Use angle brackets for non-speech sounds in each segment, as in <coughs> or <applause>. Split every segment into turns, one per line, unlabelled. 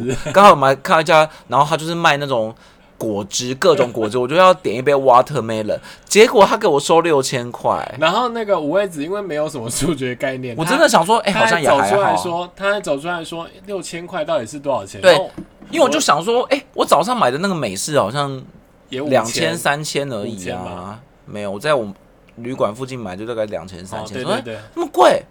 路， <laughs> 刚好我们还看到一家，然后他就是卖那种果汁，各种果汁，我就要点一杯 watermelon，结果他给我收六千块，
然后那个五味子因为没有什么数学概念，
我
他
真的想说，哎、好
他
像
还
也
走
还
出来
好啊，
说，他还走出来说六千块到底是多少钱？
对
然后
因为我就想说，哎、我早上买的那个美式好像
也
两千
千
三千而已
5000
啊
吧，
没有，我在我旅馆附近买就大概两千三
哦，
千，
对
说
对
哎
对，
那么 <laughs> 贵，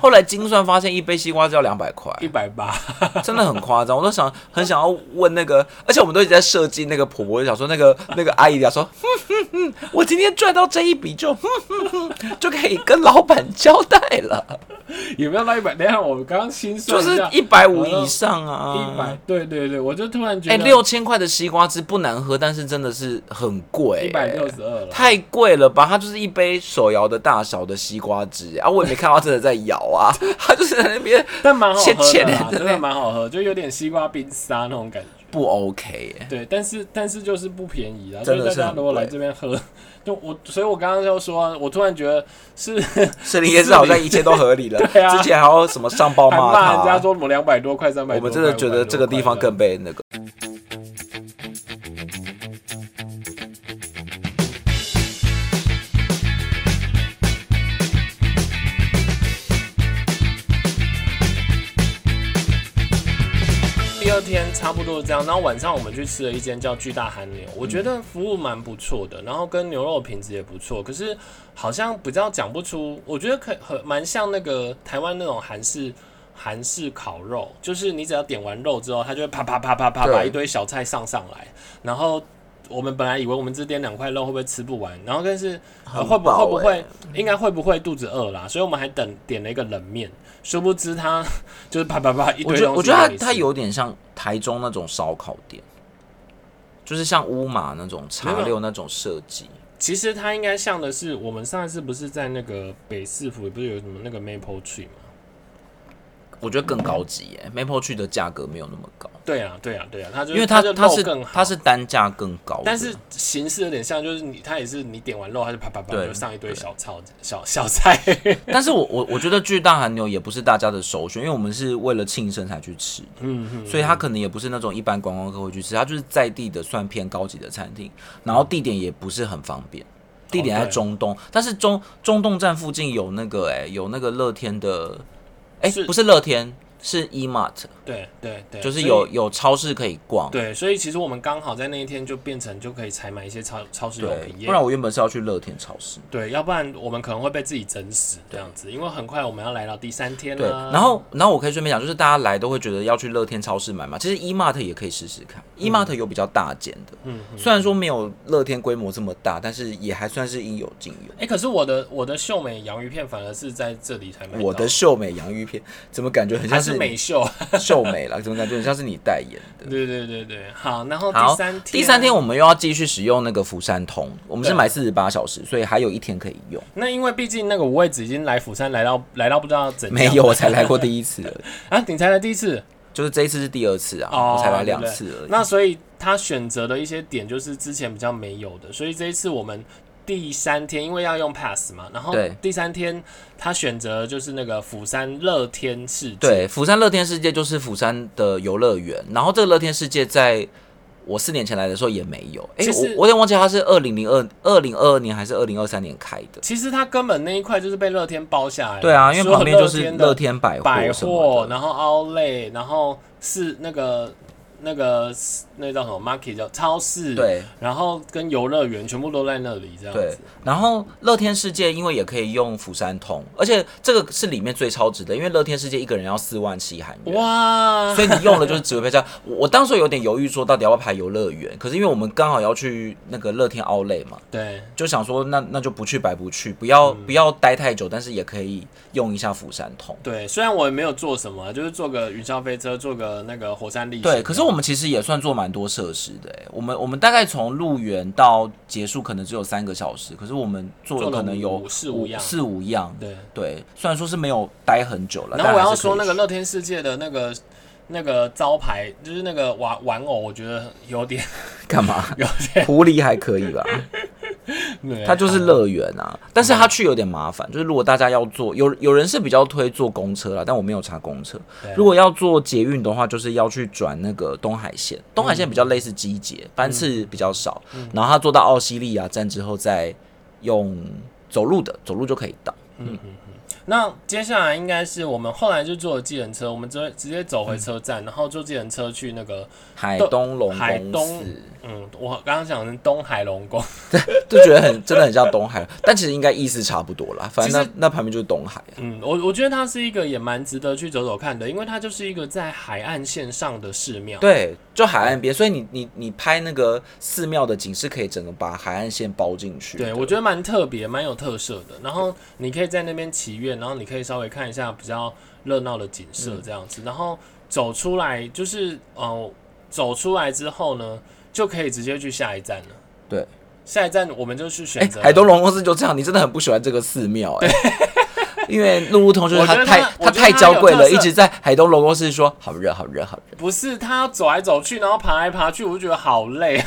后来精算发现一杯西瓜只要两百块，
一百八， <laughs>
真的很夸张，我都想很想要问那个，而且我们都一直在设计那个婆婆，就想说那个 <laughs> 那个阿姨讲说，哼哼哼，我今天赚到这一笔就 <laughs> 哼哼哼就可以跟老板交代了，
也没有到一百。等一下我刚刚心
就
算
是
一
一百五以上啊，
啊一百，对对对，啊我就突然觉
哎
得
六千块的西瓜汁不难喝，但是真的是很贵、
一百六十二了。
太贵了吧？它就是一杯手摇的大小的西瓜汁啊，我也没看到它真的在摇啊， <laughs> 它就是在那边
但蛮好喝
切切
的
的
啦，
对
真的蛮好喝，就有点西瓜冰沙那种感觉。
不 OK 耶、
对，但是但是就是不便宜啦，
真的
所以
是
大
很
家如果来这边喝，就我，所以我刚刚就说啊，我突然觉得是
士林夜市好像一切都合理了，
对啊
之前还要什么上报
还
骂
骂人
他啊
家，说什么两百多块、三百，
我们真的觉得这个地方更被那个。
第二天差不多是这样，然后晚上我们去吃了一间叫巨大韩牛，我
嗯
觉得服务蛮不错的，然后跟牛肉品质也不错，可是好像比较讲不出，我觉得可很蛮像那个台湾那种韩式韩式烤肉，就是你只要点完肉之后，它就会啪啪啪啪啪把
对
一堆小菜上上来，然后我们本来以为我们只点两块肉会不会吃不完，然后但是、呃、
很
会不
饱
会不
欸
会应该会不会肚子饿啦，所以我们还等点了一个冷面， <laughs> 殊不知它就是啪啪啪一
我
堆
觉得
东西
我觉得
给
它
你
它
吃
有点像台中那种烧烤店，就是像乌马那种茶
没
六
有
那种设计。
其实它应该像的是，我们上一次不是在那个北市府，不是有什么那个 Maple Tree 吗？
我觉得更高级耶、m a p l e Tree 的价格没有那么高，
对啊，对啊，对啊，它就
因为
它
它
就
它
肉
是
更好，
它是单价更高的，
但是形式有点像，就是你它也是你点完肉，它就啪啪啪
对
就上一堆小炒 <laughs> 小小菜，
但是我我我觉得巨大韩牛也不是大家的首选，因为我们是为了庆生才去吃，
嗯
所以它可能也不是那种一般观光客会去吃，它就是在地的算偏高级的餐厅，然后地点也不是很方便，地
哦
点在中东，但是中中东站附近有那个哎、有那个乐天的，哎、
是
不是乐天是 E Mart，
对对对，
就是
所以
有有超市可以逛，
对，所以其实我们刚好在那一天就变成就可以采买一些超超市用
对
品，业
不然我原本是要去乐天超市。
对，要不然我们可能会被自己整死这样子，因为很快我们要来到第三天啊
对，
了。
然后，然后我可以顺便讲，就是大家来都会觉得要去乐天超市买嘛，其实 E Mart 也可以试试看，E Mart 有比较大间的，
嗯
虽然说没有乐天规模这么大，但是也还算是应有尽有。
哎、可是我的我的秀美洋芋片反而是在这里才买到，
我的秀美洋芋片怎么感觉很
还
像
是
是
美秀。 <laughs>
你秀美了？ <laughs> 怎么感觉很像是你代言的？
对对对对，好，然后
好
第三天，啊
第三天我们又要继续使用那个釜山通，我们是
对
买四十八小时，所以还有一天可以用。
那因为毕竟那个五位子已经来釜山，来到来到不知道怎
<laughs>
样
没有，我才来过第一次而已， <laughs>
啊，你才来第一次
就是这一次是第二次啊，
哦，
我才来
对
两
不对
次而已。
那所以他选择的一些点就是之前比较没有的，所以这一次我们。第三天，因为要用 pass 嘛，然后
对
第三天他选择就是那个釜山乐天世界，
对，釜山乐天世界就是釜山的游乐园，然后这个乐天世界在我四年前来的时候也没有，哎、
其
我
实
我有点忘记它是二零零二二零二二年还是二零二三年开的。
其实他根本那一块就是被乐天包下来了，
对啊，因为
所有
旁边就是
天的
乐天百
百
货哎什
货
么，的，
然后 Outlet，然后是那个那个那叫什么 market 叫超市，，
对
然后跟游乐园全部都在那里这样
对
子。。
然后乐天世界因为也可以用釜山通，而且这个是里面最超值的，因为乐天世界一个人要四万七韩元。
哇，
所以你用了就是只会被价。 <laughs> 我我当时有点犹豫，说到底要不要排游乐园，可是因为我们刚好要去那个乐天奥莱嘛，
对
就想说那那就不去白不去，不要、
嗯
不要待太久，但是也可以用一下釜山通。
对，虽然我也没有做什么，啊就是坐个云霄飞车，坐个那个火山历险。
对，可是我们其实也算做蛮多设施的、欸，我们我们大概从入园到结束可能只有三个小时，可是我们做了
做了
可能有
五四五样
四五样。
对。
对，虽然说是没有待很久了，
然后我
但还
要
是可以
说那个
去
乐天世界的那个那个招牌，就是那个 <laughs> 玩玩偶，我觉得有点 <laughs>
干嘛？狐狸还可以吧？
对
它就是乐园啊。但是它去有点麻烦，就是如果大家要坐，有有人是比较推坐公车啦，但我没有查公车。
对
如果要坐捷运的话，就是要去转那个东海线，东海线比较类似机捷，班次比较少。
嗯
然后它坐到奥西利亚站之后，再用走路的，走路就可以到。
<laughs> 那接下来应该是我们后来就坐了计程车，我们直直接走回车站，然后坐计程车去那个，
海
东
东龙
海
公
东
司，
嗯，我刚刚讲的是东海龙宫，
就觉得很真的很像东海，但其实应该意思差不多啦。反正
其实
那那旁边就是东海啊、
嗯，我我觉得它是一个也蛮值得去走走看的，因为它就是一个在海岸线上的寺庙。
对，就海岸边，所以你你你拍那个寺庙的景是可以整个把海岸线包进去的。哎
对，我觉得蛮特别，蛮有特色的。然后你可以在那边祈愿，然后你可以稍微看一下比较热闹的景色
嗯
这样子。然后走出来就是呃，走出来之后呢，就可以直接去下一站了。
对，
下一站我们就去
哎、
选择、
海东龙公司就这样，你真的很不喜欢这个寺庙哎、 <laughs> 因为陆陆同学
我觉
他
得
太
它
他
我觉得
太
它
娇贵
有
了，
特色
一直在海东龙公司说好热好热好热。
不是他走来走去，然后爬来爬去，我就觉得好累。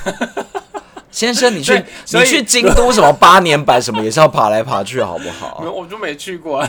先生，你去
对所
你
以
去京都什么八年版什么也是要爬来爬去好不好？
我就没去 <laughs> 过。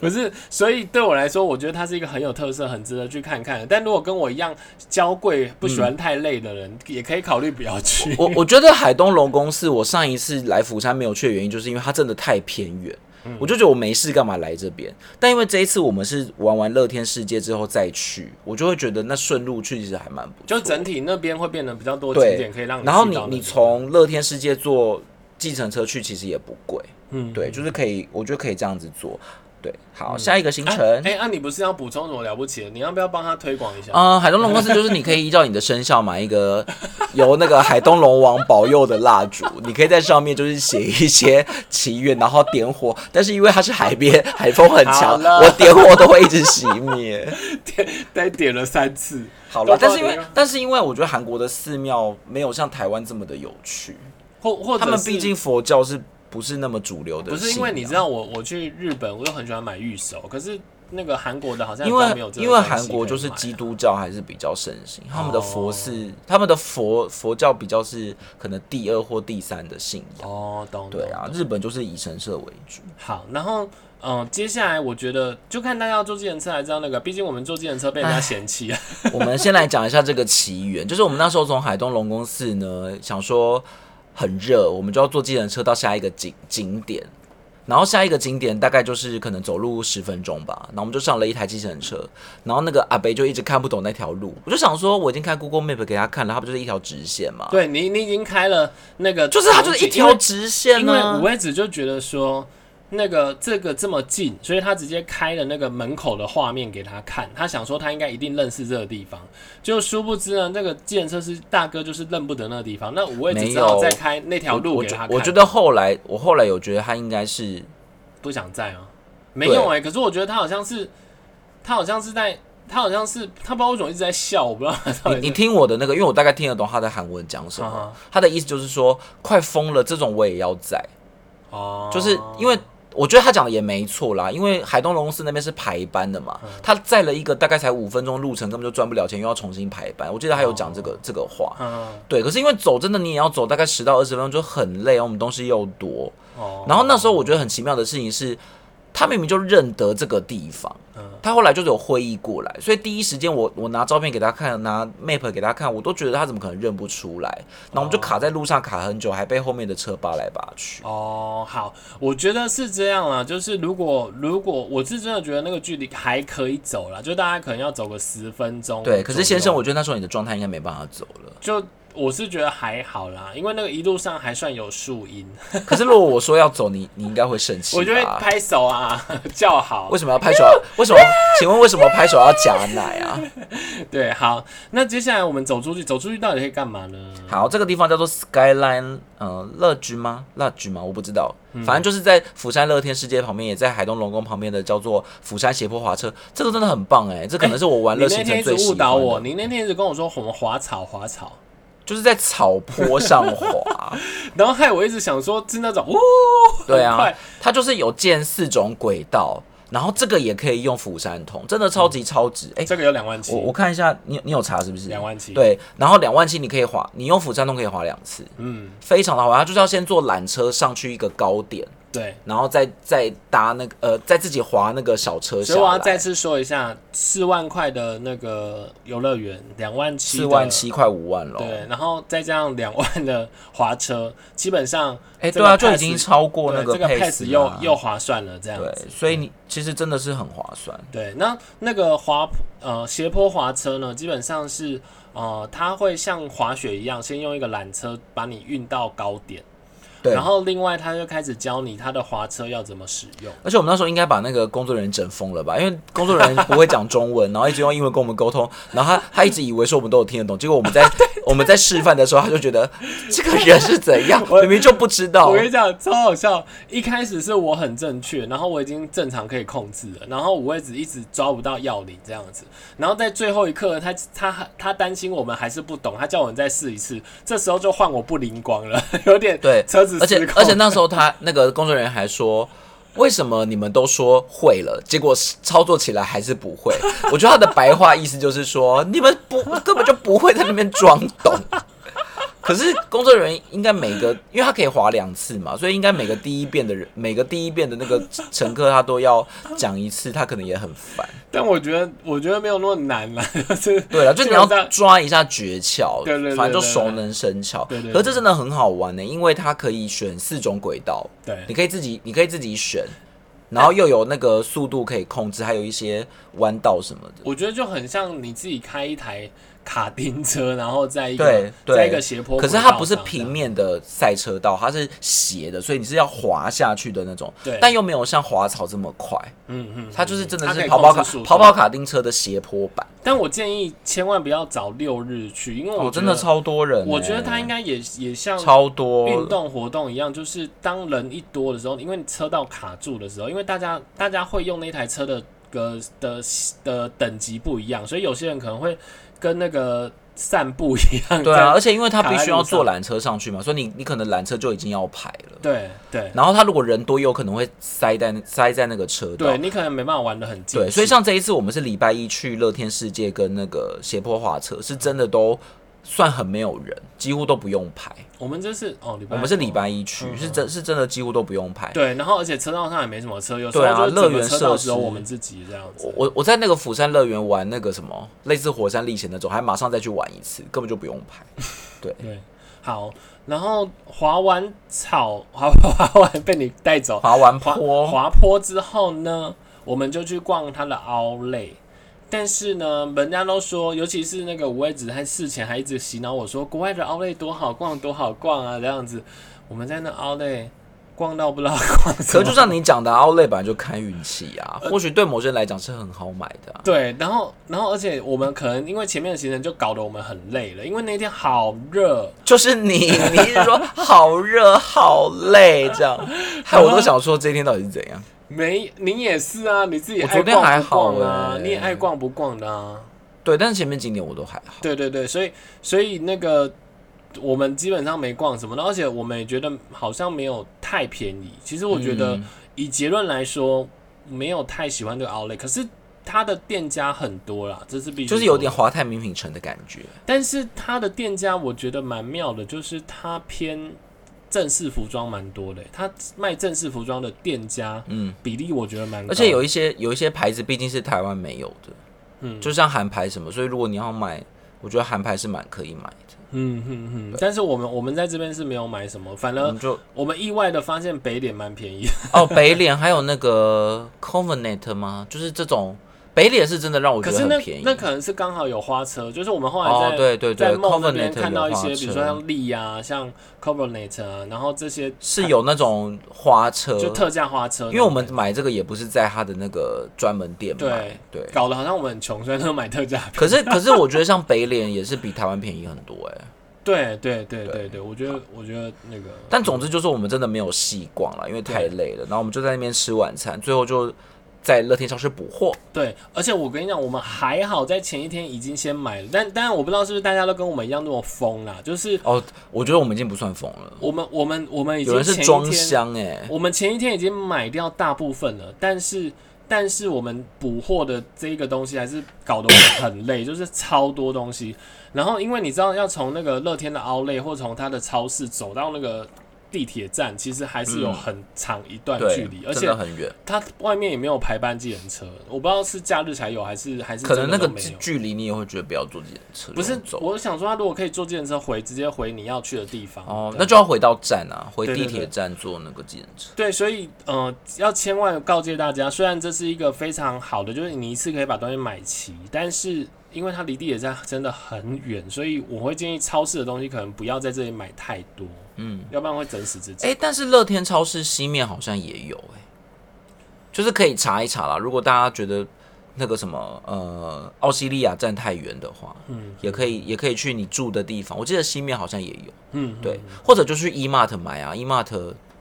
不是，所以对我来说，我觉得它是一个很有特色、很值得去看看的。但如果跟我一样娇贵、不喜欢太累的人，也可以考虑不要
<laughs>
去。
我我觉得海东龙宫寺，我上一次来釜山没有去的原因，就是因为它真的太偏远。
嗯
我就觉得我没事干嘛来这边，但因为这一次我们是玩完乐天世界之后再去，我就会觉得那顺路去其实还蛮不错。
就整体那边会变得比较多景
对
点，可以让你
然后
去
你
到那
你
边
从乐天世界坐计程车去，其实也不贵。
嗯
对，就是可以，我觉得可以这样子做。对，好，下一个行
哎
程。
哎，那、你不是要补充什么了不起的？你要不要帮他推广一下？
啊，海东龙公司就是你可以依照你的生肖买一个 <laughs> 由那个海东龙王保佑的蜡烛，你可以在上面就是写一些祈愿，然后点火。但是因为它是海边，海风很
好
强，
了
我点火都会一直熄灭。 <laughs>
再点了三次，
好
都
了，
不
但
知
是因
道
为
怎样
但是因为我觉得韩国的寺庙没有像台湾这么的有趣，
或或者
他们
是
毕竟佛教是不是那么主流的？
不是因为你知。道我我去日本，我就很喜欢买玉手，可是那个韩国的好像
因
比较没有
为
这个
因为
东西
韩国
可以
就是
买
基
啊
督教还是比较盛行，他们的佛
哦
是他们的佛佛教比较是可能第二或第三的信仰。
哦，懂
对。
懂
啊，日本就是以神社为主。 <laughs>
好，然后嗯、呃接下来我觉得就看大家要坐计程车还是要那个，毕竟我们坐计程车被人家嫌弃啊。
我们先来讲一下这个起源，就是我们那时候从海东龙宫寺呢，想说很热，我们就要坐计程车到下一个景景点。然后下一个景点大概就是可能走路十分钟吧，然后我们就上了一台计程车，然后那个阿北就一直看不懂那条路，我就想说我已经开 Google Map 给他看了，它不就是一条直线吗？，
<laughs> 对你，你已经开了那个
就
场景，
是它就是一条
因为
直线啊
因
呢、
为五位子就觉得说，那个这个这么近，所以他直接开了那个门口的画面给他看，他想说他应该一定认识这个地方，就殊不知呢，那个计程车司大哥就是认不得那个地方，那五位子
没
只好
有
再开那条路
我
给
觉
他看。
我觉得后来我后来有觉得他应该是
不想在啊，没有哎、可是我觉得他好像是，他好像是在，他好像是他不知道为什么一直在笑，我不知道他到
你
底
你
是。
听我的那个，因为我大概听得懂他在韩文讲什么。
啊哈
他的意思就是说，快疯了，这种我也要在，
哦，
就是因为。我觉得他讲的也没错啦，因为海东龙寺那边是排班的嘛，他载了一个大概才五分钟路程，根本就赚不了钱，又要重新排班。我记得他有讲这个、这个话，
嗯
对。可是因为走真的你也要走大概十到二十分钟，就很累，我们东西又多。
哦，
然后那时候我觉得很奇妙的事情是，他明明就认得这个地方，
嗯
他后来就是有会意过来，所以第一时间我我拿照片给他看，拿 map 给他看，我都觉得他怎么可能认不出来？然后我们就卡在路上卡很久，还被后面的车扒来扒去。
哦，好，我觉得是这样啦，就是如果如果我是真的觉得那个距离还可以走啦，就大家可能要走个十分钟左右。
对，可是先
哦
生，我觉得那时候你的状态应该没办法走了。
就我是觉得还好啦，因为那个一路上还算有树荫，
可是如果我说要走，你你应该会生气吧。
我就会拍手啊 <laughs> 叫好
为。什么要拍手啊？为什么？请问为什么拍手要夹奶啊？
对，好，那接下来我们走出去，走出去到底可以干嘛呢？
好，这个地方叫做 Skyline，呃，乐居吗？乐居吗？我不知道，
嗯
反正就是在釜山乐天世界旁边，也在海东龙宫旁边的叫做釜山斜坡滑车，这个真的很棒哎、这可能是我玩
欸你
乐
那
行
天一
程
直
最喜
误
欢的。
导我，你那天一直跟我说我们滑草滑草，
就是在草坡上滑，
<laughs> 然后害我一直想说是那种呜，
对
很
啊
快，
它就是有建四种轨道，然后这个也可以用釜山桶，真的超级超值。哎、
这个有两万七
我，我看一下，你你有查是不是？
嗯两万七
对，然后两万七你可以划，你用釜山桶可以划两次，
嗯，
非常的好玩。它就是要先坐缆车上去一个高点，
对。
然后再再搭那个呃，再自己划那个小车下
所以我要
来。
再次说一下，四万块的那个游乐园，两万七，
四万，七块五万了，
对，然后再加上两万的滑车，基本上
哎、
这
对
个
啊，就已
pass-
经超过那
对这个
pace 了
又嗯
啊
又划算了，这样
对
子，。
所以你其实真的是很划算。
对，那那个滑呃斜坡滑车呢，基本上是呃，它会像滑雪一样，先用一个缆车把你运到高点，
对，
然后另外它就开始教你它的滑车要怎么使用。
而且我们那时候应该把那个工作人员整疯了吧？因为工作人员不会讲中文，然后一直用英文跟我们沟通，然后他 <laughs> 他一直以为说我们都有听得懂，结果我
<laughs>
们在我们在示范的时候，他就觉得 <laughs> 这个人是怎样，明明就不知道
我。跟你讲，超好笑。一开始是我很正确，然后我已经正常可以控制了，然后五位子一直抓不到要领这样子，然后在最后一刻，他他他担心我们还是不懂，他叫我们再试一次。这时候就换我不灵光了， <laughs> 有点
对，
车子
而且
失控
而且那时候他那个工作人员还说。为什么你们都说会了，结果操作起来还是不会？我觉得他的白话意思就是说，你们不根本就不会在那边装懂。可是工作人员应该每个，因为他可以划两次嘛，所以应该每个第一遍的人，每个第一遍的那个乘客他都要讲一次，他可能也很烦。
但我觉得我觉得没有那么难啦， <laughs> 就是
对啊了，就
基
你
本
要
上
抓一下诀窍，
对对对
反正就
对
熟
对
能生巧。
对对
可是
对
这真的很好玩呢、因为它可以选四种轨道，
对
你可以自己你可以自己选，然后又有那个速度可以控制，还有一些弯道什么的。
我觉得就很像你自己开一台卡丁车，然后在一个
对对，
在一个斜坡轨
可
道
是
上这
它
样，
不是平面的赛车道，它是斜的，所以你是要滑下去的那种。
对
但又没有像滑草这么快，
嗯，嗯嗯，
它就是真的
它可
是
以
跑跑
控
卡
制速度
跑跑卡丁车的斜坡版。
但我建议千万不要找六日去，因为我、
哦，真的，超多人欸、
我觉得它应该也也像
超多
运动活动一样，就是当人一多的时候，因为你车道卡住的时候，因为大家大家会用那台车的个的的等级不一样，所以有些人可能会跟那个散步一样，
对啊，
在
而且因为他必须要坐
卡
缆车上去嘛，所以你你可能缆车就已经要排了。
对对
然后他如果人多，有可能会塞在塞在那个车道
对，。你可能没办法玩的很尽
对，所以
兴
像这一次我们是礼拜一去乐天世界跟那个斜坡滑车，是真的都算很没有人，几乎都不用排。
我们这是哦，礼拜
我们是
六
礼拜一去，是真是真的几乎都不用排。
对，然后而且车道上也没什么车，有时
对啊
候就是整
乐
个
园
车道
设
只有
施
我们自己这样
我
子。
我我在那个釜山乐园玩那个什么类似火山历险那种，还马上再去玩一次，根本就不用排。
对，好，然后滑完草，滑 <laughs> 滑完被你带
<laughs>
走，
滑完
滑
坡，
滑坡之后呢，我们就去逛它的凹类。但是呢，人家都说，尤其是那个五位子，他事前还一直洗脑我说，国外的凹类多好逛，多好逛啊，这样子。我们在那凹类逛到不知道逛什
可是
么
就像你讲的，奥莱本来就看运气啊，或许对某些人来讲是很好买的、啊。
对，然后，然后，而且我们可能因为前面的行程就搞得我们很累了，因为那天好热，
就是 <laughs> 你，你一直说好热好累这样，害哎我都想说这一天到底是怎样。
没，你也是啊，你自己
我
爱
昨天
逛
还
不逛
好
啊，
欸
你也爱逛不逛的啊。
对，但是前面几点我都还好。
对对对，所以所以那个我们基本上没逛什么的，而且我们也觉得好像没有太便宜。其实我觉得
嗯
以结论来说，没有太喜欢这个 Outlet，可是它的店家很多啦，这是必须
就是有点
说
华泰名品城的感觉，
的，但是它的店家我觉得蛮妙的，就是它偏正式服装蛮多的、它卖正式服装的店家
嗯，
比例我觉得蛮高的，
而且有一些有一些牌子毕竟是台湾没有的，
嗯
就像韩牌什么，所以如果你要买，我觉得韩牌是蛮可以买的。
嗯嗯嗯，但是我们我们在这边是没有买什么，反
我
而
们就
我们意外的发现北脸蛮便宜的。
哦，北脸还有那个 Covenant 吗？就是这种北脸是真的让我觉
可
得
是那
很便宜。
那可能是刚好有花车，就是我们后来
哦
在、，
对对
在
对
梦那边
，Covenant
看到一
有
些，
花
比如说
车，
像利啊、像 Covenant 啊，然后这些
是有那种花车，
就特价花车那种，
因为我们买这个也不是在他的那个专门店买，对。
搞得好像我们很穷，所以都买特价。
可是可是我觉得像北脸也是比台湾便宜很多哎、
<laughs> 对对对对对，我觉得我觉得那个，
但总之就是我们真的没有细逛了，因为太累了。然后我们就在那边吃晚餐，最后就在乐天超市补货。
对，而且我跟你讲，我们还好在前一天已经先买了，但当然我不知道是不是大家都跟我们一样那么疯啦，就是
哦，我觉得我们已经不算疯了，
我们我们我们已
有
经
人
前
是
一
装
<laughs> 天
箱哎、
我们前一天已经买掉大部分了，但是但是我们捕获的这个东西还是搞得我们很累， <coughs> 就是超多东西。然后因为你知道，要从那个乐天的 Outlet 或从它的超市走到那个地铁站，其实还是有
嗯
很长一段
对
距离，，而
真
且
的很远，
它外面也没有排班计程车，我不知道是假日才有还是还是
可能
真
那
的
个
都没有。
距离你也会觉得不要坐自行车，
不是
用，走
我想说，他如果可以坐计程车回，直接回你要去的地方。
哦，
对
那就要回到站啊，回
对对
地
对
铁站坐那个计程车。
对，所以呃，要千万告诫大家，虽然这是一个非常好的，就是你一次可以把东西买齐，但是因为它离地铁站真的很远，所以我会建议超市的东西可能不要在这里买太多，
嗯，
要不然会整死自己。
哎、但是乐天超市西面好像也有哎、就是可以查一查啦。如果大家觉得那个什么呃奥西利亚站太远的话，
嗯
也可以也可以去你住的地方。我记得西面好像也有，
嗯，
对，或者就去 E Mart 买啊，E Mart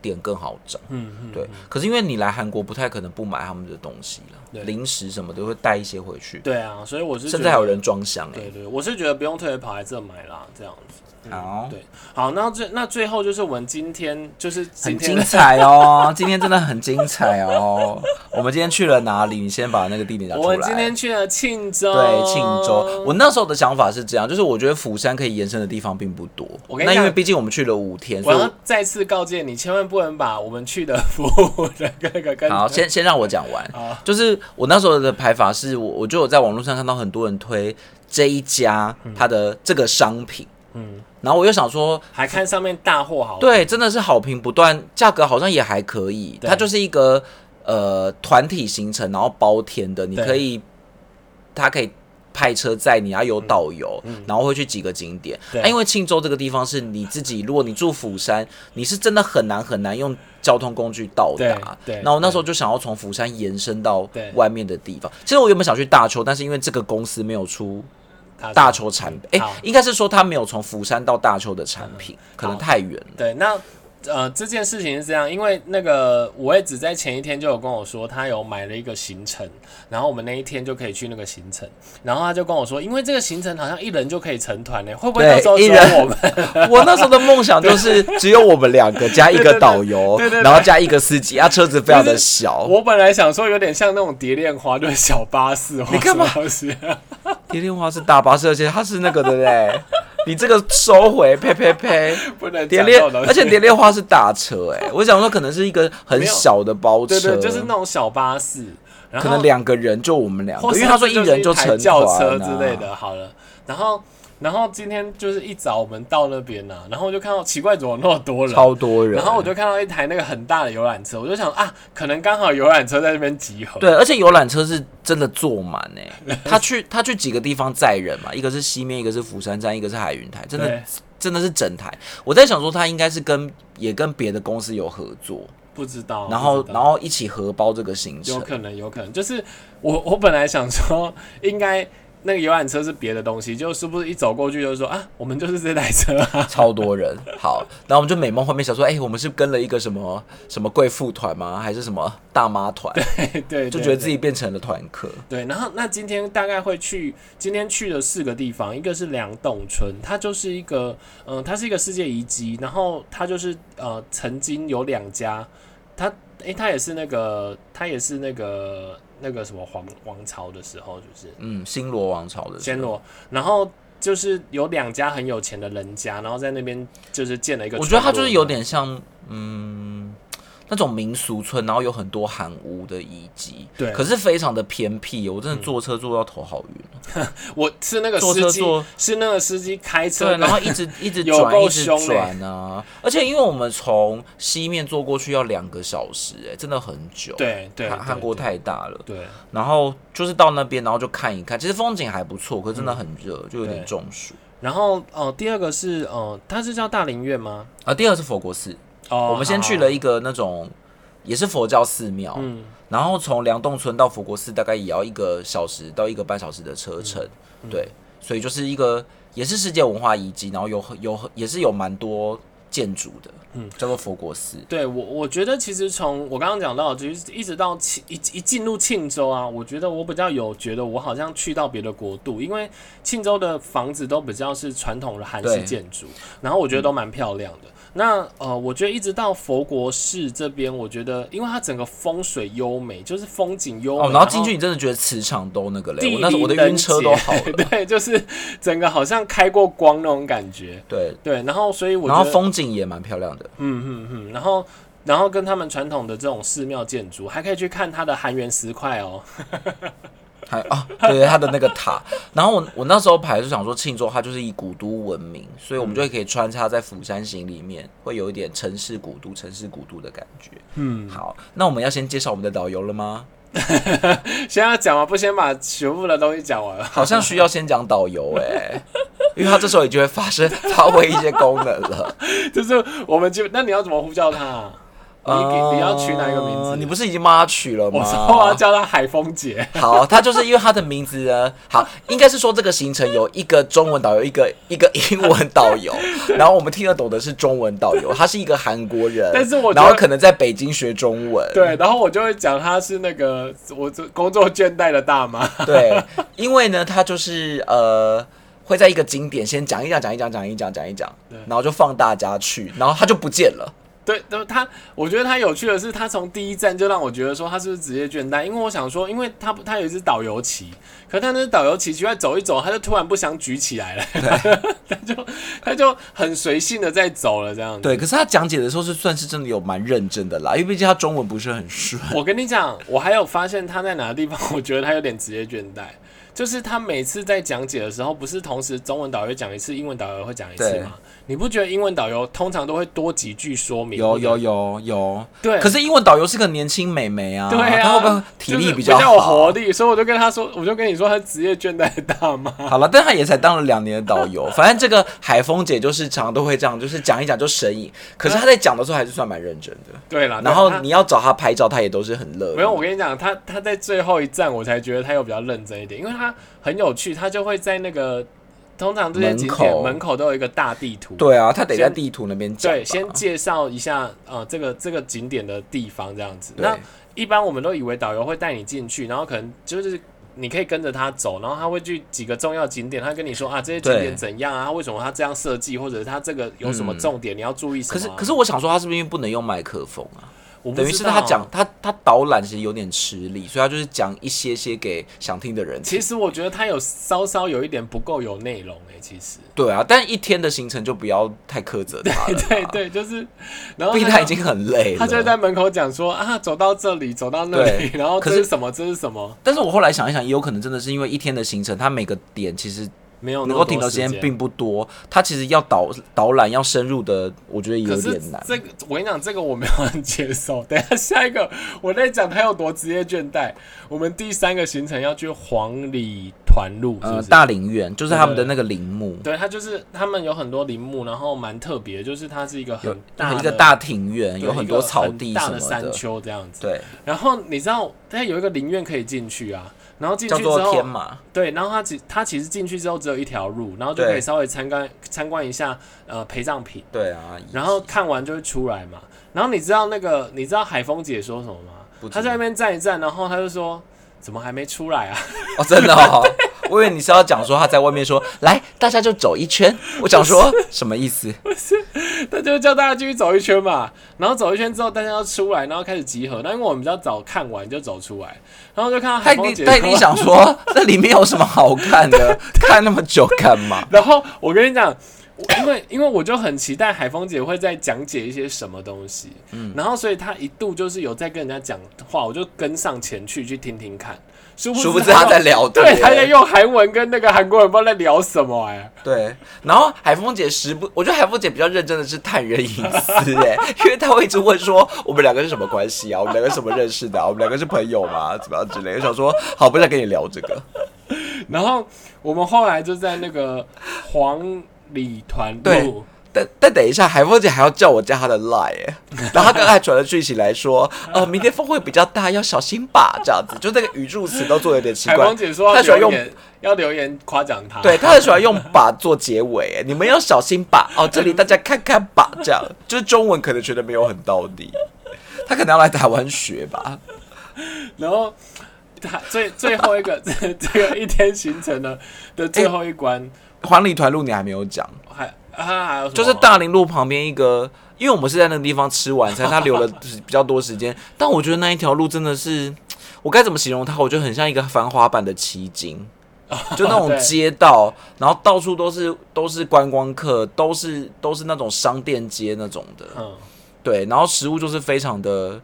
点更好找。
嗯嗯，
对，可是因为你来韩国不太可能不买他们的东西
对
了，零食什么都会带一些回去，
对啊，所以我是
甚
觉
至
得
还有人装箱哎、
对对，我是觉得不用特别跑来这买啦，这样子。
好
对，好，那最那最后就是我们今天就是今
很
天
精
的
彩哦， <laughs> 今天真的很精彩哦。我们今天去了哪里？你先把那个地点讲
我
出
们今
来
天。去了庆州，
对，庆州。我那时候的想法是这样，就是我觉得釜山可以延伸的地方并不多。
我跟你
那因
讲
为毕竟我们去了五天，
我
所以
要
我
再次告诫你，千万不能把我们去的服务的那个跟
好，先先让我讲完
好。
就是我那时候的排法是我，我就有在网络上看到很多人推这一家它的这个商品，
嗯，
然后我又想说，
还看上面大货好，，
对，真的是好评不断，价格好像也还可以。
对
它就是一个呃团体行程，然后包天的，你
对
可以，它可以派车载你，然后有导游，
嗯
然后会去几个景点。
对
啊因为庆州这个地方是你自己，如果你住釜山，你是真的很难很难用交通工具到达。
对对
那我那时候就想要从釜山延伸到
对
外面的地方。其实我原本想去大邱，但是因为这个公司没有出大邱产品，哎、
好
应该是说他没有从釜山到大邱的产品，可能
好
太远了。
对，那呃这件事情是这样，因为那个我也只在前一天就有跟我说，他有买了一个行程，然后我们那一天就可以去那个行程，然后他就跟我说，因为这个行程好像一人就可以成团呢，会不会
对
到时候只
一
有
人
<laughs>
<laughs>
我们？
我那时候的梦想就是 <laughs> 只有我们两个加一个导游
对对对对对，对
然后加一个司机，啊，车子非常的小。
我本来想说有点像那种蝶恋花，就是小巴士或
你干嘛
什么东西
天天花是大巴士，而且它是那个的
<laughs>
嘞。你这个收回，呸呸呸！
不能
蝶
讲
恋
这种东，西
而且蝶恋花是大车哎、我想说可能是一个很小的包车，
对对，就是那种小巴士，然后
可能两个人就我们两
或
个，
是
因为他说
一
人就
就
是成
一台
团、啊、
轿车之类的。好了，然后然后今天就是一早我们到那边呢、啊然后我就看到奇怪怎么那么多人，
超多人。
然后我就看到一台那个很大的游览车，我就想啊，可能刚好游览车在那边集合。
对，而且游览车是真的坐满哎、
<laughs>
他去他去几个地方载人嘛，一个是西面，一个是釜山站，一个是海云台，真的
对
真的是整台。我在想说，他应该是跟也跟别的公司有合作，
不知道，
然后
哦不知道
然后一起合包这个行
有
程。
可能有可能，就是我我本来想说应该。那个游览车是别的东西，就是不是一走过去就说啊，我们就是这台车啊， <laughs>
超多人，好，然后我们就美梦幻面想说，哎、我们是跟了一个什么什么贵妇团吗？还是什么大妈团？
对对，
就觉得
对
自己变成了团客。
对，然后那今天大概会去，今天去了四个地方，一个是梁洞村，它就是一个，嗯、它是一个世界遗迹，然后它就是呃，曾经有两家，它诶，它也是那个，它也是那个那个什么皇王朝的时候，就是
嗯，新罗王朝的时
暹
候，
罗，然后就是有两家很有钱的人家，然后在那边就是建了一个村落，
我觉得它就是有点像，嗯，那种民俗村，然后有很多韩屋的遗迹，
对嗯
可是非常的偏僻，我真的坐车坐到头好晕，哦
我是那个
坐车
司机
坐，
是那个司机开车
对，
的，
然后一直一直
<laughs> 有
转，
够
一直
凶欸
转啊，而且因为我们从西面坐过去要两个小时、哎，真的很久，，
对对，
韩
对
韩国
对
太大了，
对。
然后就是到那边，然后就看一看，其实风景还不错，可是真的很热，就有点
嗯对
中暑。
然后呃，第二个是呃，它是叫大陵院吗？
啊，第二是佛国寺，
哦
我们先去了一个那种也是佛教寺庙，
嗯
然后从梁洞村到佛国寺大概也要一个小时到一个半小时的车程，
嗯
对，所以就是一个也是世界文化遗迹，然后有很有很也是有蛮多建筑的，嗯，叫做佛国寺。
对我，我觉得其实从我刚刚讲到，就是一直到庆一一进入庆州啊，我觉得我比较有觉得我好像去到别的国度，因为庆州的房子都比较是传统的韩式
对
建筑，然后我觉得都蛮漂亮的。那呃，我觉得一直到佛国寺这边，我觉得因为它整个风水优美，就是风景优美，
哦，然后进去你真的觉得磁场都那个嘞，
地
我那时候我的
灵人
晕车都
<laughs> 杰
好了。
对，就是整个好像开过光那种感觉。
对，
对，然后所以我
然
觉
后
得，
风景也蛮漂亮的。
嗯嗯嗯，然后然后跟他们传统的这种寺庙建筑，还可以去看它的韩元石块哦。 <laughs>
还啊，对它的那个塔。然后我我那时候排就想说，庆州它就是以古都闻名，所以我们
嗯
就可以穿插在《釜山行》里面，会有一点城市古都、城市古都的感觉。
嗯，
好，那我们要先介绍我们的导游了吗？
现在要讲完，不先把全部的东西讲完了。 <laughs>
好像需要先讲导游哎、因为他这时候已经会发生 <laughs> 发挥一些功能了。
就是我们就那你要怎么呼叫它啊？ <laughs> 你给你要取哪一个名字？
呃你不是已经帮他取了吗？
我啊说我要叫它海风姐。
好，他就是因为他的名字呢，好，应该是说这个行程有一个中文导游，一个一个英文导游，然后我们听得懂的是中文导游，他是一个韩国人，
但是我觉
然
得
后可能在北京学中文，
对，然后我就会讲她是那个我这工作倦怠的大妈。
对，因为呢，他就是呃。会在一个景点先讲一讲，讲一讲，讲一讲，讲一讲
对，
然后就放大家去，然后他就不见了。
对，那么他，我觉得他有趣的是，他从第一站就让我觉得说他是不是职业倦怠，因为我想说，因为他不，他有一只导游旗，可他那只导游旗，奇怪走一走，他就突然不想举起来了， <laughs> 他就他就很随性的在走了这样子。
对，可是他讲解的时候是算是真的有蛮认真的啦，因为毕竟他中文不是很顺。
我跟你讲，我还有发现他在哪个地方，我觉得他有点职业倦怠，就是他每次在讲解的时候，不是同时中文导游讲一次，英文导游会讲一次
对
吗？你不觉得英文导游通常都会多几句说明？
有有有有，
对，
可是英文导游是个年轻美眉啊，
对啊，
她会不会体力
比
较好？
有活力？所以我就跟他说，我就跟你说，他职业倦怠的大妈。
<laughs> 好了，但她也才当了两年的导游， <laughs> 反正这个海峰姐就是常常都会这样，就是讲一讲就神隐。可是她在讲的时候还是算蛮认真的，
啊对啦，
然后
他
你要找她拍照，她也都是很乐意。
没有，我跟你讲，他他在最后一站，我才觉得他有比较认真一点，因为他很有趣，他就会在那个通常这些景点
门口
门口都有一个大地图，
对啊，她得在
先
地图那边讲吧。
对，先介绍一下呃这个这个景点的地方这样子。
对
那一般我们都以为导游会带你进去，然后可能就是。你可以跟着他走，然后他会去几个重要景点，他跟你说啊，这些景
对
点怎样啊，为什么他这样设计，或者是他这个有什么
嗯
重点，你要注意什么
可
啊、
是可是我想说，她是不是因为不能用麦克风啊？
我不
等于
知
是
道
她讲。她她导览其实有点吃力，所以她就是讲一些些给想听的人听。
其实我觉得他有稍稍有一点不够有内容诶、其实。
对啊，但一天的行程就不要太苛责她了啦。
<laughs> 对对，就是，然
啊
后
毕竟
就
她已经很累了。
他就会在门口讲说啊，走到这里，走到那里，
对
<laughs> 然后
可
这
是
是什么，这是什么，
但是我后来想一想，也有可能真的是因为一天的行程，它每个点其实
没有那
能
么
够
多
停留时间
间
并不多，它其实要导导览要深入的，我觉得
可
有
是
点难。
这个，我跟你讲，这个我没有很接受。 <laughs> 等一下下一个，我在讲他有多职业倦怠。我们第三个行程要去黄里团路，是
呃
不，是？
大陵园就是他们的那个陵墓，
对，它就是他们有很多陵墓，然后蛮特别，就是它是一个
有
很大
一个
的
大庭院，
对
有很
一
多
个
草
很
地
大
什么
的山丘这样子。
对，
然后你知道，它有一个陵院可以进去啊，然后进去
叫
之
做天
后，
马。
对，然后它其它其实进去之后只有一条路，然后就可以
对
稍微参观参观一下呃陪葬品，
对啊，
然后看完就会出来嘛。然后你知道那个你知道海峰姐说什么
不
吗？
知
她在那边站一站，然后她就说怎么还没出来啊？ <laughs>
哦，真的哦， <laughs> 我以为你是要讲说他在外面说来，大家就走一圈。我想
<laughs>
说什么意思？
他就叫大家继续走一圈嘛，然后走一圈之后，大家要出来，然后开始集合。那因为我们比较早看完就走出来，然后就看到
他
海
一
峰姐
定他一定想说，这里面有什么好看
<laughs>
的？看那么久干嘛？
然后我跟你讲，我因为因为我就很期待海峰姐会在讲解一些什么东西，嗯，然后所以她一度就是有在跟人家讲话，我就跟上前去去听听看，殊不
殊不
知
知他在
用
聊天，
对，他在用韩文跟那个韩国人不知道在聊什么哎、
对，然后海峰姐时不，我觉得海峰姐比较认真的是探人隐
<laughs>
私哎、因为她会一直问说我们两个是什么关系啊，我们两个是怎么认识的、啊，我们两个是朋友吗？怎么样之类的。我想说，好，不想跟你聊这个。
然后我们后来就在那个黄里团
对
路，
但但等一下，海峰姐还要叫我加她的 line，哎然后她刚才传了讯息来说，呃，明天风会比较大，要小心吧，这样子，就那个语助词都做得有点奇
海
怪
光。姐说
她
要
喜欢
留
用，
言，要留言夸奖
<laughs>
他。
对，她很喜欢用“把”做结尾，哎你们要小心 <laughs> 吧，哦，这里大家看看吧，这样， <laughs> 就是中文可能觉得没有很到底，她可能要来台湾学吧。
然后他最最后一个 <laughs> 这这个一天行程的的最后一关，
环里团路你还啊没有讲，
还他还有什么
就是大林路旁边一个，因为我们是在那个地方吃晚餐，他留了比较多时间。但我觉得那一条路真的是，我该怎么形容它？我觉得很像一个繁华版的奇 <laughs> 景，就那种
对
街道，然后到处都是都是观光客，都是都是那种商店街那种的。
嗯，
对，然后食物就是非常的，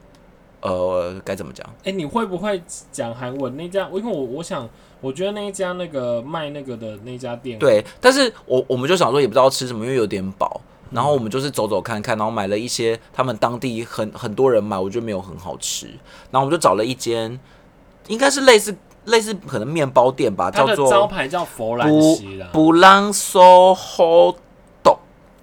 呃，该怎么讲？
哎、你会不会讲韩文那家？因为我我想，我觉得那一家那个卖那个的那家店，，
对，但是我我们就想说也不知道吃什么，因为有点饱。
嗯
然后我们就是走走看看，然后买了一些他们当地很很多人买，我觉得没有很好吃。然后我们就找了一间，应该是类似类似可能面包店吧，
它
叫
的招
做
牌叫佛兰
布
西啦。
布朗索吼豆。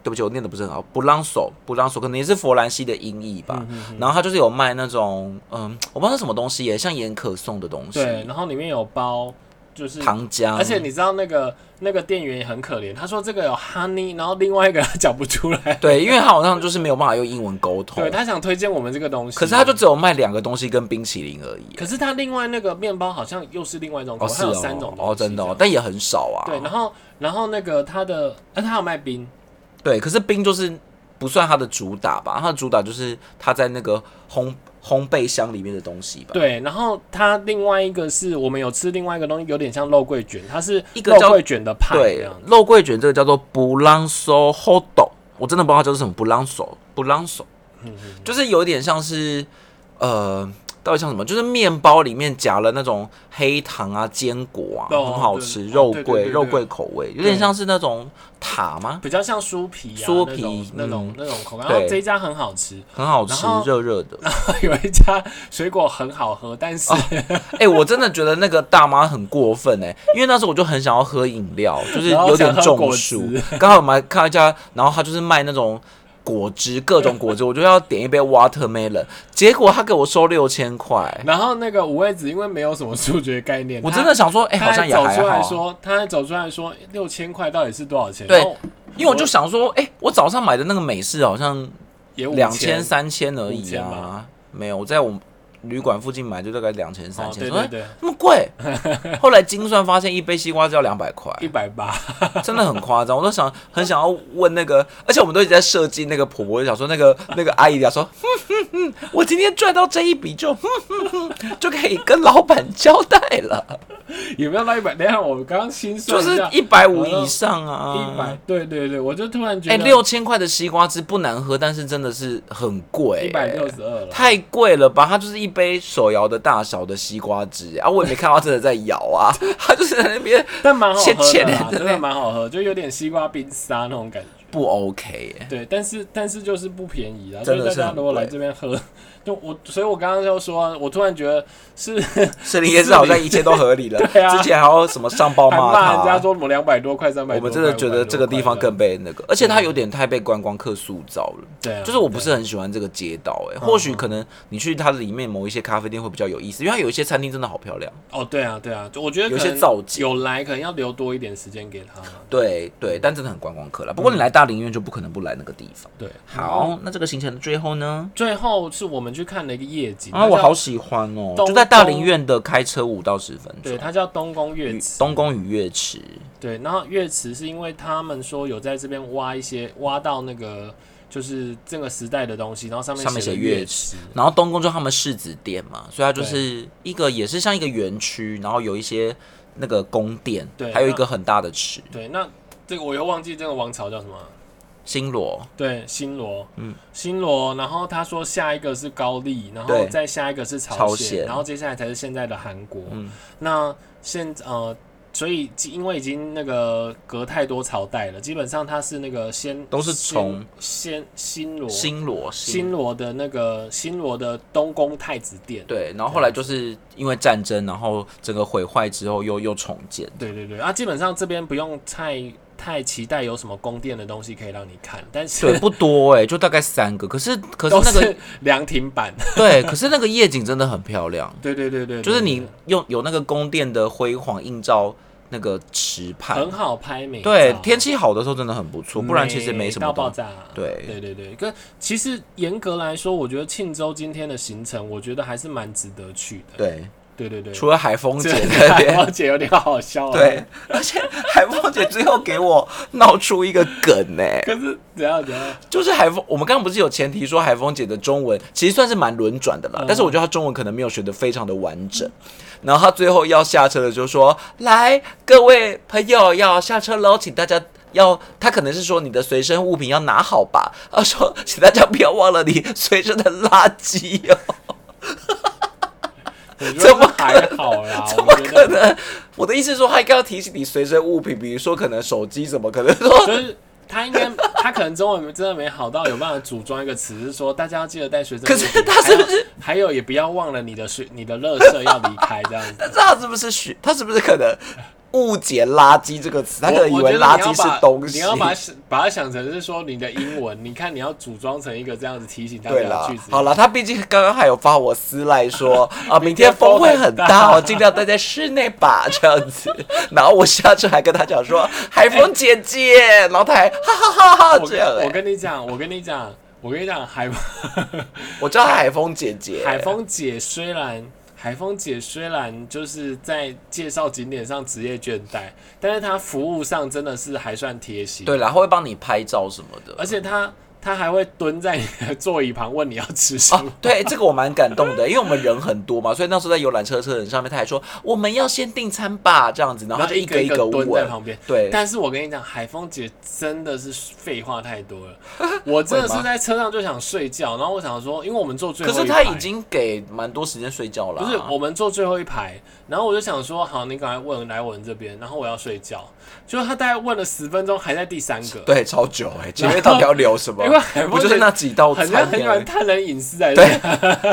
对不起，我念的不是很好。布朗索布朗索可能也是佛兰西的音译吧。
嗯
然后它就是有卖那种嗯，我不知道是什么东西耶，像盐可颂的东西，
对，然后里面有包，就是
糖浆，
而且你知道那个那个店员也很可怜，他说这个有 honey，然后另外一个他 <laughs> 讲不出来，
对，因为它好像就是没有办法用英文沟通。
对他想推荐我们这个东西，
哦可是他就只有卖两个东西跟冰淇淋而已。
可是他另外那个面包好像又是另外一种口
哦，
味，
是
它有
哦，
三种东西
哦，真的、哦，
这样
但也很少啊。
对，然后然后那个他的，啊，他有卖冰，
对可是冰就是不算它的主打吧，它的主打就是它在那个烘烘焙箱里面的东西吧。，
对，然后他另外一个是我们有吃另外一个东西，有点像肉桂卷，它是
一个
肉
叫
桂卷的派这
对
样，子，
肉桂卷这个叫做布朗索 hot，dog，我真的不知道它叫做什么布朗索布朗索，
嗯
就是有点像是呃。到底像什么？就是面包里面夹了那种黑糖啊、坚果啊，
哦
很好
对
吃，
哦
肉
对对
桂、
对
肉
对
桂口味，有点
对
像是那种塔吗？
比较像酥皮啊，
酥
那种
皮
那种
嗯
那种口感。然后
对
这一家很好吃， <laughs>
很好吃
然后，
热热的。
有一家水果很好喝，但是
哎、我真的觉得那个大妈很过分哎、因为那时候我就很想要喝饮料，就是
然后
有点
想喝
中
果
暑
汁。
刚好我们还看到一家，然后他就是卖那种果汁，各种果汁，我就要点一杯 watermelon，结果他给我收六千块，
<laughs> 然后那个五味子因为没有什么数学概念，
我
他
真的想说，哎、
他
好像
还
也
走
还
出
好
来
啊、
说，他还走出来说六千块到底是多少钱？
对
然后
因为我就想说，哎、我早上买的那个美式好像
也
两
千
千、三千而已
5000
啊
吧，
没有，我在我旅馆附近买就大概两千、三
哦，
千，
对
说
对
哎
对，
那么贵。 <laughs> 后来精算发现一杯西瓜只要两百块，
一百八， <laughs>
真的 <laughs> 很夸张，我都想很想要问那个，而且我们都一直在设计那个婆婆，我就想说那个 <laughs> 那个阿姨讲说，哼哼哼，我今天赚到这一笔就哼 <laughs> 哼哼就可以跟老板交代了，
<laughs> 也没有到一百。等一下我刚刚心
就
算
是
一
一百五以上啊，
一百，对对对，我就突然觉
哎
得
六千块的西瓜汁不难喝，但是真的是很贵、
一百六十二了。
太贵了吧？它就是一杯手摇的大小的西瓜汁啊，我也没看到它真的在摇啊， <laughs> 它就是在那边
但蛮
<laughs>
好喝的
切切
啦
的，
真的蛮好喝，就有点西瓜冰沙那种感觉。
不 OK 耶、
对，但是但是就是不便宜啦，所
真
以
的
大
是
家
很
如果来
贵
这边喝，就我，所以我刚刚就说啊，我突然觉得是
士林夜市好像一切都合理了，
<laughs> 对啊
之前还要什么上报
还
骂
骂人
他啊
家，说什么两百多块、三百，
我们真的觉得这个地方更被那个，而且它有点太被观光客塑造了。
啊对啊，
就是我不是很喜欢这个街道、欸，哎，或许可能你去它里面某一些咖啡店会比较有意思，因为它有一些餐厅真的好漂亮。
哦，对啊，对啊，就我觉得
有
可
些
能
造景
有来可能要留多一点时间给他。
对对，但真的很观光客了。不过你来大林苑就不可能不来那个地方。
对，
好，
嗯
那这个行程的最后呢？
最后是我们去看了一个夜景
啊，我。
它
好
叫
喜欢哦，
东
就在大林苑的开车五到十分
对，
钟，
它叫东宫乐池。
东宫与月池。
对，然后乐池是因为他们说有在这边挖一些挖到那个就是这个时代的东西，然后上面
上面
写
写
了
乐
池。
然后东宫就是他们世子殿嘛，所以它就是一个也是像一个园区，然后有一些那个宫殿，
对
还有一个很大的池，
对，那这个我又忘记这个王朝叫什么了。
新罗，
对，新罗，
嗯，
新罗。然后他说下一个是高丽，然后
对
再下一个是朝鲜，
朝鲜
然后接下来才是现在的韩国。
嗯
那现呃，所以基因为已经那个隔太多朝代了，基本上它是那个先
都是从
先先新罗
新罗，
新罗的那个新罗的东宫太子殿。
对，然后后来就是因为战
<laughs>
争，然后整个毁坏之后又又重建，
对对对啊，基本上这边不用太太期待有什么宫殿的东西可以让你看，但是 <laughs>
对，不多哎、就大概三个。可是可是
都
那个
是凉亭
<laughs>
版。
对，可是那个夜景真的很漂亮，
对对对对，
就是
对
你用有那个宫殿的辉煌映照那个池畔
很，好拍美照。
对，天气好的时候真的很不错，
美
不然其实没什么
到爆
东西。
炸。
对
对对对，跟其实严格来说，我觉得庆州今天的行程，我觉得还是蛮值得去的。
对，
对对对，
除了海风姐
这
那
<laughs>
边，
我姐有点好笑、啊。
对，，而且海凤姐最后给我闹出一个梗欸呢、
可是怎样怎样？
就是海峰，我们刚刚不是有前提说海峰姐的中文其实算是蛮轮转的啦，
嗯
但是我觉得她中文可能没有学得非常的完整。然后她最后要下车的就说：“来，各位朋友要下车喽，请大家。”要，她可能是说你的随身物品要拿好吧。她说，请大家不要忘了你随身的垃圾哦。
我觉
怎么
得还好啦，
怎么
我觉
可
得
能？我的意思是说，她应该要提醒你随身物品，比如说可能手机什么，可能说 <laughs>
就是。他应该，他可能中文真的没好到有办法组装一个词，是说大家要记得带随身物
可
品。
是他是不是
还有？还有也不要忘了你的水、你的垃圾要离开这样
<laughs>
子。
但是他是不是学？他是不是可能误解“垃圾”这个词？他可
我
能以为垃圾是东西。
我觉得你要把你要把它把它想成是说你的英文，你看你要组装成一个这样子提醒大家
对
的
啦
句，子。
好啦，他毕竟刚刚还有发我私赖
<laughs>
说啊，明天
风
风会
很
很
大
大，哦我尽量待在室内吧，这样子。然后我下次还跟他讲
<laughs>
说“海风姐姐”，然后他还哈哈哈哈
我
这
跟
样哎、
我跟你讲，我跟你讲，我跟你讲，海风 <laughs>
我叫她海风姐姐，
海风姐虽然。海风姐虽然就是在介绍景点上职业倦怠，但是她服务上真的是还算贴心。
对，啦，她会帮你拍照什么的。
而且她她还会蹲在你的座椅旁问你要吃什
啊
么。，
对，这个我蛮感动的，因为我们人很多嘛，所以那时候在游览车车人上面，他还说我们要先订餐吧，这样子，然后他
然后
就
一
个
一
一
个
个
蹲
问
在旁边。
对
但是我跟你讲，海峰姐真的是废话太多
<laughs>
了，我真的
会吗
是在车上就想睡觉，然后我想说，因为我们坐最
可
后一
是他
排
已经给蛮多时间睡觉了、啊
不是我们坐最后一排，然后我就想说，好，你赶快问来我们这边，然后我要睡觉。就他大概问了十分钟，还在第三个，
对超久哎、前面到底要留什么？ <laughs>
因为海
不
峰
就是
姐
那几道
很像
餐
很
点
喜
而
欢
已？
探人隐私在
对，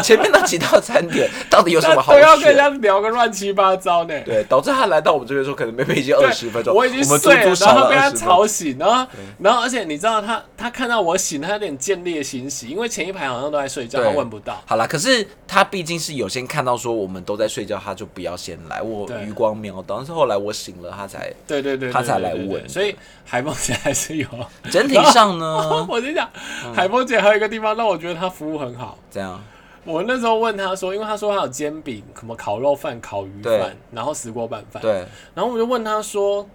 前面那几道餐点到 <laughs> 底有什么好
都要跟人
选？
家聊个乱七八糟呢。
对，导致他来到我们这边的时候，可能 maybe 已经
对
二十分钟，
我已经
们足
睡了，
足少
然后
了
被
二
他
十分钟。
吵醒，然后然后而且你知道他他看到我醒，他有点见猎心喜，因为前一排好像都在睡觉，
对
他问不到。
好啦，可是他毕竟是有先看到说我们都在睡觉，他就不要先来。我
对
余光瞄到，但是后来我醒了，他才
对对对，对
他才来
对对
问啊
对所以海峰姐还是有。
整体上呢，
<laughs> 我就想，
嗯
海峰姐还有一个地方让我觉得她服务很好。
这样
我那时候问她说，因为她说她有煎饼、什么烤肉饭、烤鱼
对
饭，然后石锅拌饭。
对，
然后我就问他说，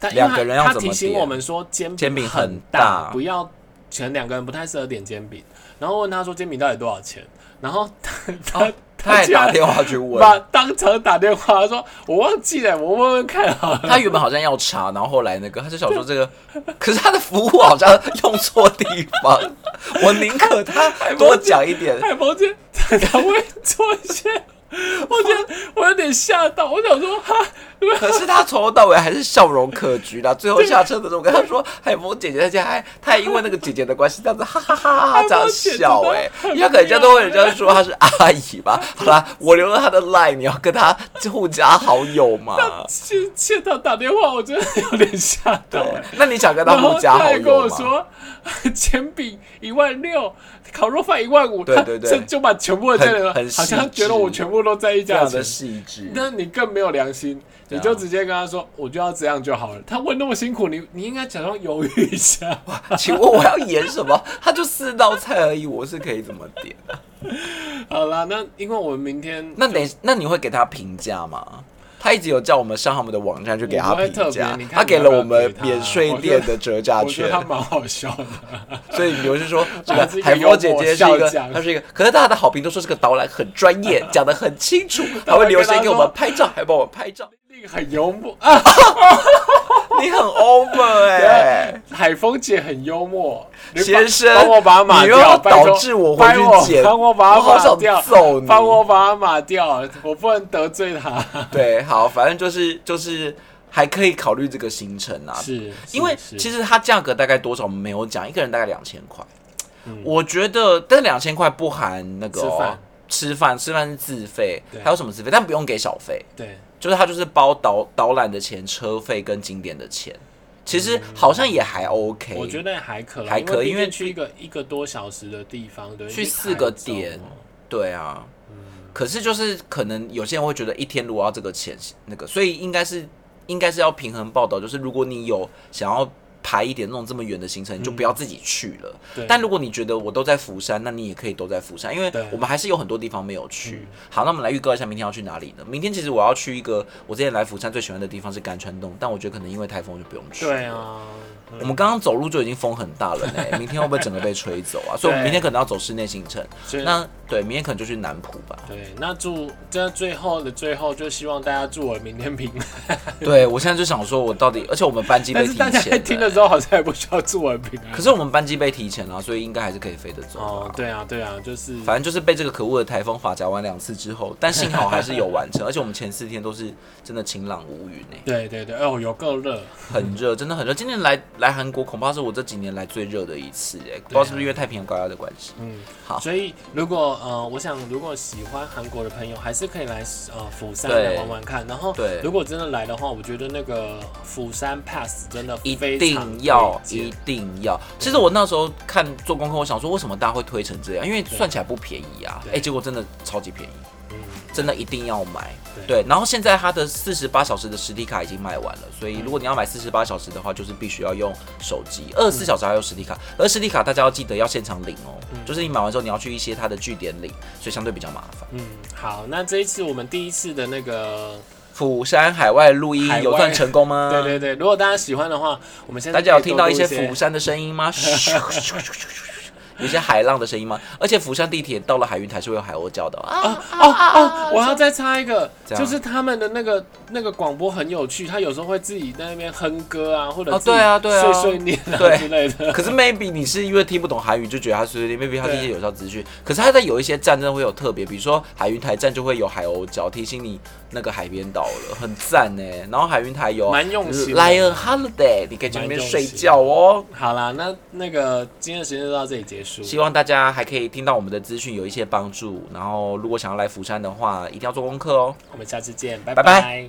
他因为
两
他
个人要
他
怎么
提醒
点
我们说煎
煎饼
很
很大
不要可能两个人不太适合点煎饼。然后问他说煎饼到底多少钱？然后他他、
哦他也
竟然
打电话去问，
把当场打电话，他说我忘记了，我问问看好 <laughs> 了。
他原本好像要查，然后后来那个他就想说这个， <laughs> 可是他的服务好像用错地方，我宁可他多讲一
<laughs>
点。
海波姐他会做
<laughs>
一些，我觉得我有点吓到，我想说哈，
可是他从头到尾还是笑容可掬的。最后下车的时候，我跟他说：“海峰姐姐，而且还他还因为那个姐姐的关系，这样子哈哈哈哈哈这样笑
<laughs>
哎、因为可能人家都会人家说她是阿姨吧。 <laughs> 好啦，我留了她的 line，你要跟她互加好友
<laughs>
嘛？
欠欠他打电话，我真的有点吓到、
对
欸。，
那你想跟她
然后
互加好
他还跟
友
我
吗？
说， <laughs> 煎饼一万六，烤肉饭一万五，
对
他
对对
这就把全部的价
很
钱，
很细
好像觉得我
致
全部都在一
这
家
样的
钱。
细致。
那你更没有良心，
对
你
啊
就直接跟他说，我就要这样就好了。他问那么辛苦，你你应该假装犹豫一下。
<laughs> 请问我要演什么？ <laughs> 他就四道菜而已，我是可以怎么点？
好啦，那因为我们明天
那等那你会给他评价吗？他一直有叫我们上他们的网站去给他
我不会
评
特别
价
你，看
他给了我们
你要不要给他
免税店的折价
我觉
券，
得他蛮好笑的。 <laughs>
所以比如是说这
还是一
个
个
海波姐姐是一
幽默
个
笑匠，
她是一个，可是大家的好评都说这个导览很专
<laughs>
业，讲得很清楚，还会留神给我们拍照，还帮我们拍照，
那个很幽默啊，
你很
<laughs>
over 哎、
海峰姐很幽默。你帮
先生
帮我把它码
你又要
掉，拜托
导致我回去
帮我
剪
帮我把它
我好
码
想
掉，
揍你
帮我把它码掉，我不能得罪他。
<laughs> 对，好，反正就是就是还可以考虑这个行程啊，
是
因为其
实
实它价格大概多少我们没有讲，一个人大概两千块。我觉得，但两千块不含那个、
嗯吃
哦
饭、
吃饭，吃饭是自费
对，
还有什么自费？但不用给小费，
对，
就是它就是包导导览的钱、车费跟景点的钱。其实好像也还 OK。
嗯我觉得还可啦，
还可以
因
因
为
为
毕竟去一个一个多小时的地方，对，
去
一
四个
台中
点
哦
对啊，
嗯
可是就是可能有些人会觉得一天如果要这个钱那个，所以应该是应该是要平衡报道，就是如果你有想要。排一点那种这么远的行程，你就不
嗯
要自己去了。
对
但如果你觉得我都在釜山，那你也可以都在釜山，因为
对嗯
我们还是有很多地方没有去。好，那我们来预告一下明天要去哪里呢？明天其实我要去一个我之前来釜山最喜欢的地方是甘川洞，但我觉得可能因为台风就不用去。
对啊，嗯
我们刚刚走路就已经风很大了呢，明天会不会整个被吹走啊？所以我们明天可能要走室内行程。
所以
那对，明天可能就去南浦吧。
嗯对，那祝这最后的最后，就希望大家祝我明天平安。
对我现在就想说，我到底，而且我们班机被
但是
提
大家在
前
听
了
的时候，好像也不需要祝我平安。
可是我们班机被提前了，所以应该还是可以飞得走
哦
吧。，
对啊，对啊，就是
反正就是被这个可恶的台风划夹完两次之后，但幸好还是有完
<laughs>
成，而且我们前四天都是真的晴朗无云呢、
对对对，哦，有够热，
很热，真的很热。今年来来韩国，恐怕是我这几年来最热的一次哎、
啊
不知道是不是因为太平洋高压的关系。
嗯，
好
所以如果呃，我想如果喜欢韩国的朋友，还是可以来呃釜山
对
来玩玩看。然后
对
如果真的来的话，我觉得那个釜山 Pass 真的
一
非常
定要，
推荐
一定要。其实我那时候看做功课，我想说为什么大家会推成这样，因为算起来不便宜啊。
对
哎、结果真的超级便宜，
嗯，
真的一定要买。
对
对，然后现在它的四十八小时的实体卡已经卖完了，所以如果你要买四十八小时的话，就是必须要用手机，二十四小时还有实体卡。而实体卡大家要记得要现场领哦，就是你买完之后你要去一些它的据点领，所以相对比较麻烦。
嗯，好，那这一次我们第一次的那个，
釜山海外录音
海外
有算成功吗？
对对对，如果大家喜欢的话，我们现
嗯
在
大家有
可以
听
多
到
录
一
一
些釜山的声音吗？有一些海浪的声音吗？而且釜山地铁到了海云台是会有海鸥叫的啊！
哦哦，我要再插一个，
这样
就是他们的那个那个广播很有趣，他有时候会自己在那边哼歌啊，或者
哦
自己
对啊对啊
碎碎念啊
对
之类 <laughs> 的。
可是 maybe 你是因为听不懂韩语就觉得它随随便便，maybe 它
对
这些有效资讯。可是它在有一些站真的会有特别，比如说海云台站就会有海鸥叫，提醒你那个海边到了，很赞呢。然后海云台有
蛮用心的
Lion Holiday，你可以去那
蛮
边
用
睡
心
觉哦。
好啦，那那个今天的时间就到这里结束。
希望大家还可以听到我们的资讯有一些帮助。然后如果想要来釜山的话，一定要做功课哦。
我们下次见，
拜
拜拜